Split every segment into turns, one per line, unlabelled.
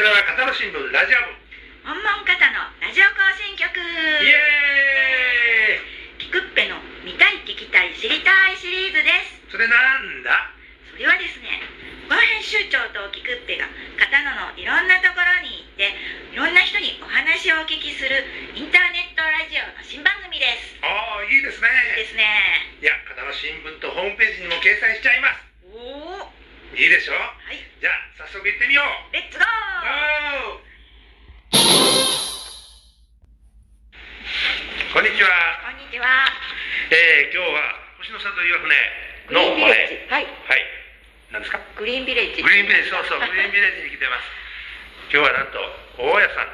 信部ラジア部
本門方のラジオ更新局
イエーイ
キクッペの見たい聞きたい知りたいシリーズで
そ
す
れなんだ
それはですね小川編集長とキクッペが片野のいろんなところに行っていろんな人にお話をお聞きするインターネットラジオの新番組です
ああいいです
で
ねい
すね
や片野新聞とホームページにも掲載しちゃいます
おお
いいでしょ
はい
じゃあ早速行ってみよう
レッツゴー
こんにちは、
こんにちは
えー、今日は星の里岩船のお
グリーンビレ
前
ッジはい
はい何ですか
グリーンビレッジ
グリーンビレッジそう そうグリーンビレッジに来てます今日はなんと大家さん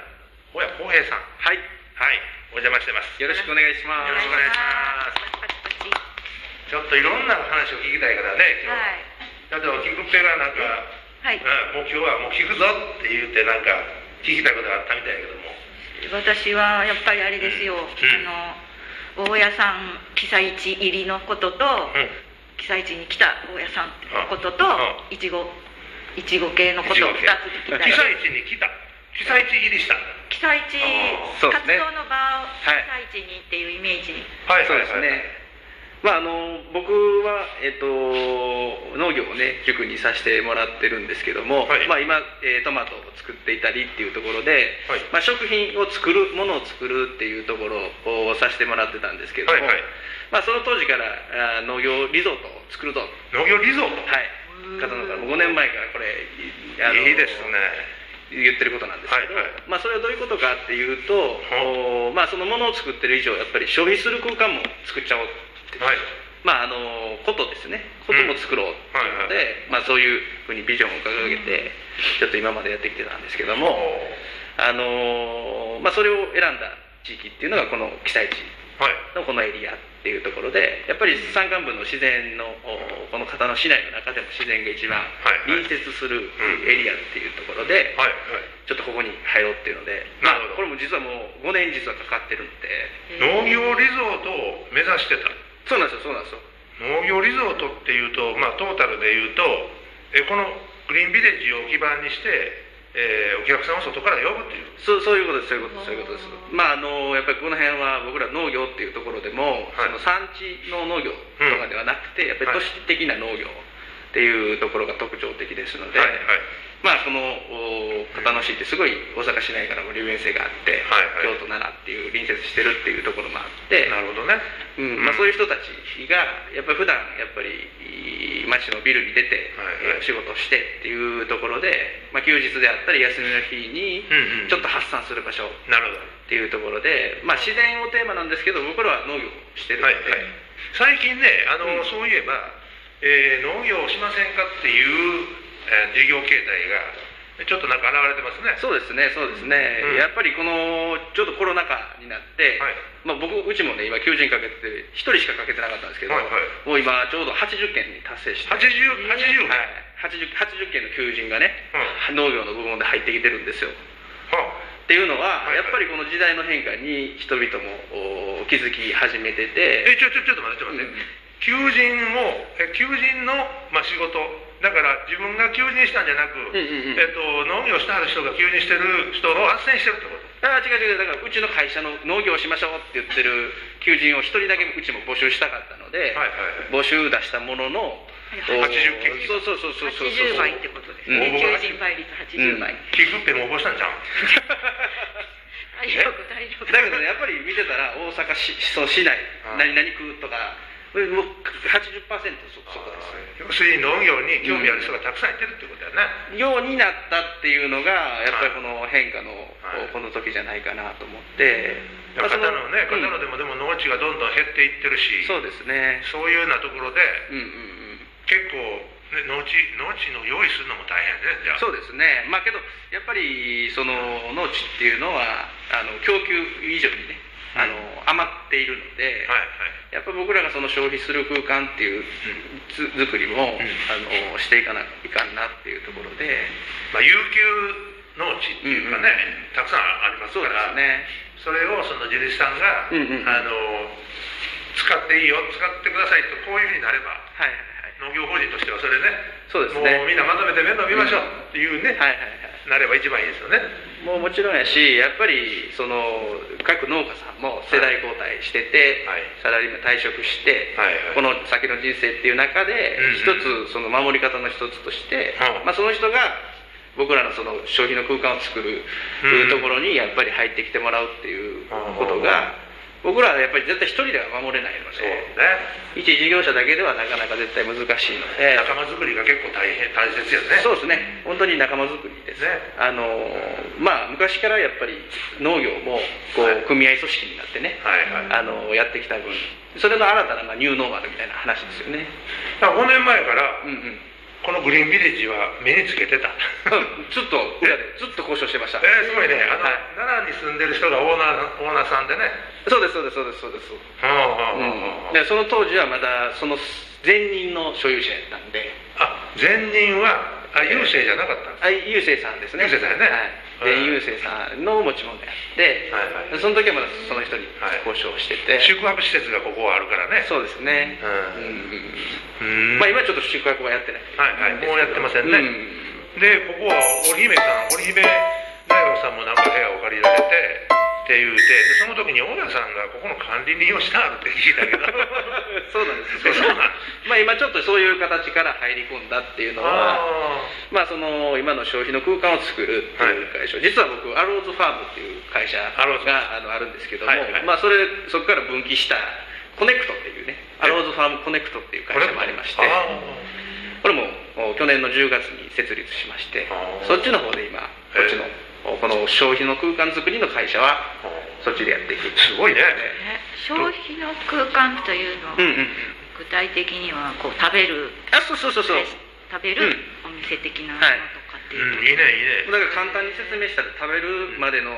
大家浩平さん
はい、
はいお邪魔してます
よろしくお願いしま
よろし
す。
くお願いします
パチパチパ
ち
チ
ょっといろんな話を聞きたいからね今
はい
日、だってキクッペがなんか、
はい
うん、もう今日はもう聞くぞって言ってなんか聞きたいことがあったみたいだけども
私はやっぱりあれですよ、
うん
あの大家さん被災地入りのことと、
うん
被災地に来た大家さんのことと
う
いちごいちご系のこと
いち
2
ご
つ
系
聞きたい
被災地に来た被災地入りした
被災地
そうで
活
すね
動の場を
はい
被災地にっていうイメージ、
はい
そうですね。まああの僕はえっと農業をね塾にさせてもらってるんですけども、
はい
まあ今、えートマトを作っていたりっていうところで、
はい
まあ食品を作るものを作るっていうところをさせてもらってたんですけど
は
も、
いはい
まあその当時からあー農業リゾートを作るぞ、は
農業リゾート
い。方のから5年前からこれあの
いいですね
言ってることなんですけど、
はいはい
まあ、それはどういうことかっていうと、おーまあ、そのものを作ってる以上やっぱり消費する空間も作っちゃおうって、
はい
まああのことですねことも作ろうっていうので、まあ、そういうふうにビジョンを掲げてちょっと今までやってきてたんですけども、あのまあ、それを選んだ地域っていうのがこの被災地
はい
のこのエリアっていうところでやっぱり山間部の自然のおこの片野市内の中でも自然が一番
はいはい
隣接するエリアっていうところで、
はいはい
ちょっとここに入ろうっていうので、
なるほど
まあこれも実はもう5年実はかかってるので、
農業リゾートを目指してた
そうなんですよ、そうなんですよ。
農業リゾートっていうと、まあ、トータルでいうとえこのグリーンビレッジを基盤にして、えーお客さんを外から呼ぶっていう
そうそういうことです、そういうことです、そういうことです。まあ、あの、やっぱりこの辺は僕ら農業っていうところでも、
はい
その産地の農業とかではなくて、やっぱり都市的な農業っていうところが特徴的ですので、
はいはい
まあ、このお片野市ってすごい大阪市内からも利便性があって、
はいはい
京都、奈良っていう隣接してるっていうところもあって、
なるほどね
うんまあ、そういう人たちがやっぱり普段やっぱり町のビルに出て、
はいはい
えーお仕事をしてっていうところで、まあ、休日であったり休みの日に
うんうん
ちょっと発散する場所っ
なるほど
ていうところで、まあ、自然をテーマなんですけど僕らは農業をしてるの
はい
で、
はい最近ねあの、
うん
そういえば、えー農業をしませんかっていう、えー事業形態がちょっとなんか現れてますね
そうですねそうですね、
うん
やっぱりこのちょっとコロナ禍になって、
はい
まあ、僕うちもね今求人かけて1人しかかけてなかったんですけど、
はいはい
もう今ちょうど80件に達成して
80 80
はい、80, 80件の求人がね、農業の部門で入ってきてるんですよ。
は
っていうのは、
はいはい
やっぱりこの時代の変化に人々もお気づき始めて
え
て、
ちょちょちょっと待ってちょっと待って、
うん
求人をえ求人の、まあ、仕事だから自分が求人したんじゃなく、
うんう
えっと、農
んうん
業してはる人が求人してる人を斡旋してるってこと
ああ違う違う、だからうちの会社の農業をしましょうって言ってる求人を一人だけうちも募集したかったので、
はいはいはい
募集出したものの、
い
お
80件
そうそうそうそうそう
80倍ってことですね、
うん
求人倍率80倍、
うん
キグッペも応募したんじゃん
大丈夫大丈夫
だけどねやっぱり見てたら大阪市そう市内、
うん
何々区とか、もう80%そそこですよ。
要するに農業に興味ある人がたくさんいてるってことだよね、
ようになったっていうのがやっぱりこの変化の、
はい
この時じゃないかなと思って、
だから
ま
片
あ
野ね
そ
片
の
野
うん
でもでも農地がどんどん減っていってるし、
そうですね
そういうようなところで
うんうんうん
結構、ね、農地農地の用意するのも大変ねじゃあ
そうですねまあけどやっぱりその農地っていうのはあの供給以上にねあの余っているので、
はい
やっぱ僕らがその消費する空間っていうつ作りも、あのしていかなきゃいかんなっていうところで、
はいまあ有給農地っていうかね、たくさんあります
そう
か
で
ら
すね
それをその地主さんが、
うんうんうん
あの使っていいよ使ってくださいとこういうふうになれば
はいはいはい
農業法人としてはそれね
そうですね
もうみんなまとめて面倒見ましょうっていうね、
はいはいはい
なれば一番いいですよね。
もうもちろんやしやっぱりその各農家さんも世代交代してて、
はい
サラリーマン退職して、
はいはい
この先の人生っていう中で
うんうん
一つその守り方の一つとして、
はい
まあ、その人が僕らのその消費の空間を作る
うん
ところにやっぱり入ってきてもらうっていう
あー
ことが僕らはやっぱり絶対一人では守れないの
そう
で
ね。
一事業者だけではなかなか絶対難しいので
仲間作りが結構大変大切よね。
そうですね本当に仲間づくりです
ね
あのーまあ昔からやっぱり農業もこ
はいう
組合組織になってね、
はいはい。
あのーやってきた分それの新たなまあニューノーマルみたいな話ですよね
だから5年前から
うんうん
このグリーンビレッジは目につけてた。
ずっと裏でずっと交渉してました
えー、すごいね。あの、
は
奈良
い
に住んでる人がオーナーオーナーさんでね。
そうですそうですそうで
う
すそうです、
ん
う
うんうんう
ん、
ん。
でその当時はまだその前任の所有者やったんで
あ、前任はあ優勢じゃなかったんです。
あゆうせいさんですね
ゆうせいさんやね
はい
うん
でゆうせいさんの持ち物であって、
はいはい
その時はまだその人に交渉してて、
宿泊施設がここはあるからね。
そうですね、
う
うん
ん
うん
ま
ま
あ今
あ、今ちょっと宿泊はやってない
はいはいもうやってませんね
うん
でここは織姫さん織姫大悟さんもなんか部屋を借りられてっていうてでその時に大家さんがここの管理人をしたって聞いたけ ど
そうなんですよ
そう なん
まあ今ちょっとそういう形から入り込んだっていうのは
あ
まあその今の消費の空間を作るっていう会社、実は僕アローズファームっていう会社が
アローズ
あのあるんですけども、
はいはい
まあそれそこから分岐したコネクトっていうねアローズファームコネクトっていう
あ
会社もありまして
あ
これもお去年の10月に設立しまして
あー
そっちの方で今こっちのおこの消費の空間づくりの会社は
ー
そっちでやっていく
すごいね
ね消費の空間というのは、
うんうんうん
具体的にはこう食べる
あそうそうそうそう
食べるお店的なものとかって
う
いう、
んいいねいいね
だから簡単に説明したら食べるまでの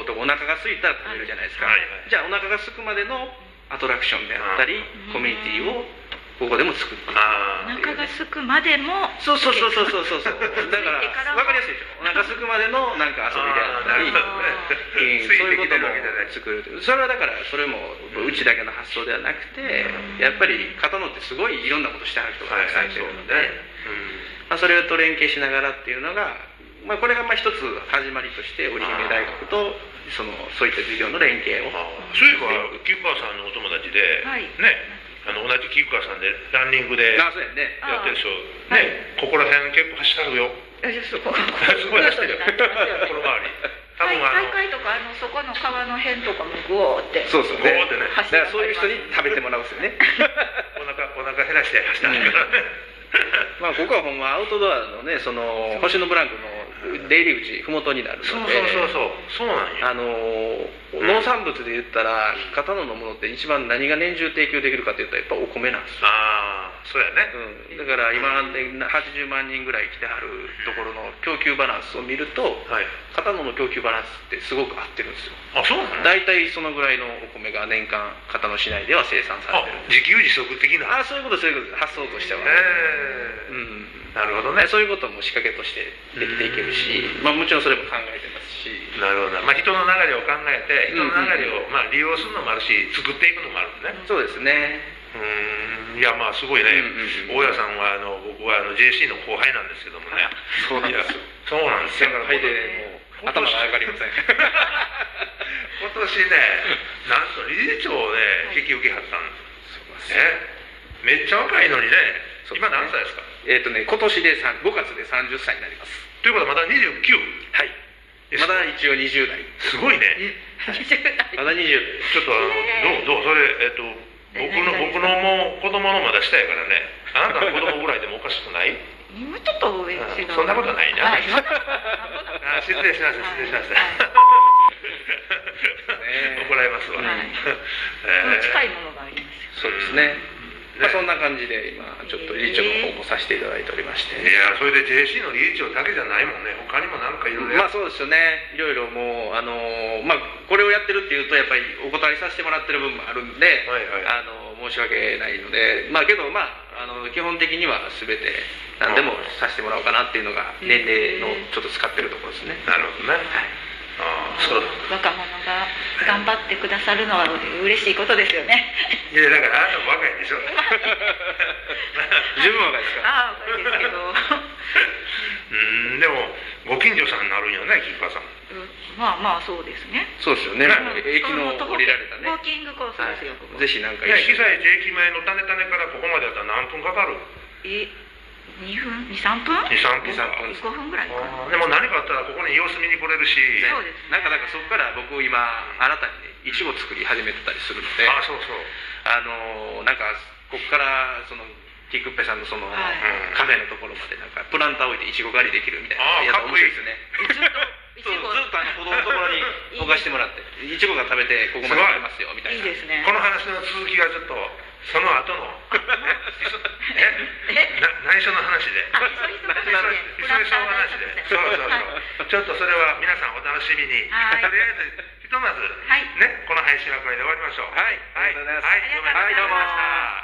おとこお腹が空いたら食べるじゃないですか、
はいはい
じゃあお腹が空くまでのアトラクションであったり
ん
コミュニティをここでも作っていく
あ
お腹が空くまでも
そうそうそうそ うそうそうそうだから
空いてからは
分かりやすいでしょお腹空くまでのなんか遊びであったり
ーなるほどね
えー
つ
そう
いて
いうこ
き
と
てる
も
わけじゃない
作るそれはだからそれもうちだけの発想ではなくてやっぱり片野ってすごいいろんなことしてはる人が
はい
たくさ
は
ん
いそ
いて
う
るので、
だね
まあ、それと連携しながらっていうのが、まあ、これがまあ一つ始まりとして織姫大学とそのそういった授業の連携
うん
を
あーそういえば菊川さんのお友達で
はい
ねあの同じ菊川さんでランニングで
あそうやね
やってるでしょ
あー
ねここら辺結構走ってはるよ
あいやそうここ
すごい走ってるよ。この周り。多分あの、
大会とかあのそこの川の辺とかもグオーって
そうそうね
ゴーってね
だからそういう人に食べてもらうんです よね
お腹、お腹減らして走ったんだからね。
まあここはほんまアウトドアのねその星のブランクの出入り口ふもとになるので
そうそうそうそう。そうなんよ。
あのー農産物で言ったら片野のものって一番何が年中提供できるかというとやっぱお米なんですよ
ああ、そうやね。
うん、だから今80万人ぐらい来てはるところの供給バランスを見ると
はい。
片野の供給バランスってすごく合ってるんですよ
あ、そうなんだ。
大体そのぐらいのお米が年間片野市内では生産さ
あ
れてる、
自給自足的な。
ああそういうことそういうことです発想としては、
ええ。
うん
なるほど
ね
ね。
そういうことも仕掛けとしてできていけるし、まあ、もちろんそれも考えてますし
なるほどな。まあ人の流れを考えて、人の流れをまあ利用するのもあるし、作っていくのもあるね。
そうですね
うーん。いやまあすごいね
うん。うん
大家さんはあの僕はあの JC の後輩なんですけどもね。
そうなんですよ
そうなんですよ。だから
はいでもう頭が上がり ません
今年ね、なんと理事長をね、引き受けはったんですね。めっちゃ若いのにね、
そう
今何歳ですか
えっ、とね今年でさん5月で30歳になります
ということはまだ29。
はい
です
まだ一応20代
すごいね。
まだ20代
ちょっとあの、どう、どう、それ、えっと、僕の、僕のもう子供のまだ下やからね、あなたの子供ぐらいでもおかしくない
もうちょっと上違う
そんなことないな
はい
あ失礼しました、失礼しました。
ね
怒られますわ。
はい
えー
近いものがありますよ
そうですね。
ね
まあ、そんな感じで今ちょっと理事長の方もさせていただいておりまして、
いやそれで JC の理事長だけじゃないもんね他にもなんかいろいろ
まあそうですよねいろいろもうあのーまあこれをやってるっていうとやっぱりお断りさせてもらってる分もあるんで、
はいはい
あのー申し訳ないのでまあけどまああの基本的には全て何でもさせてもらおうかなっていうのが年齢のちょっと使ってるとこ ろですね、
なるほどね
はい
ああそうだ
若者が頑張ってくださるのは嬉しいことですよね
いやだからあなたも若いでしょ
十分若いですから
ああ、わかるんですけど。
うんでもご近所さんになるんやね菊川さん
うんまあまあそうですね
そうですよね、
ね
もう駅の降りられたね
ウォーキングコース
は
ですよ、ここ
い、ぜひなんか
い
一
や
緒
被
に
災地駅前の種種からここまでだったら何分かかる
え2分23分
23分
二三分
5分ぐらいかな
あーでも何かあったらここに様子見に来れるし
ね
そうですね
なんかなんかそこから僕今新たにね石を作り始めてたりするので
あそうそう
あのーなんかここからそのキックッペさんのその、
はい
うん
カフェのところまでなんかプランター置いていちご狩りできるみたい
あー
なやつ面白いですよね
ずっといち
そうずっ
ご
とあの歩道のところに置かしてもらっていちごが食べてここまで食べますよみたい
いい
な
ですね
この話の続きがちょっとその後のえ
え
な内緒の話で
あそういうことなんで
磯井さんの話でそうそう
は
そ
い
うちょっとそれは皆さんお楽しみに
はい
とりあえずひとまず
はい
ねこの配信はこれで終わりましょう
はいありがと
はいどう
うございます
もありがとうございました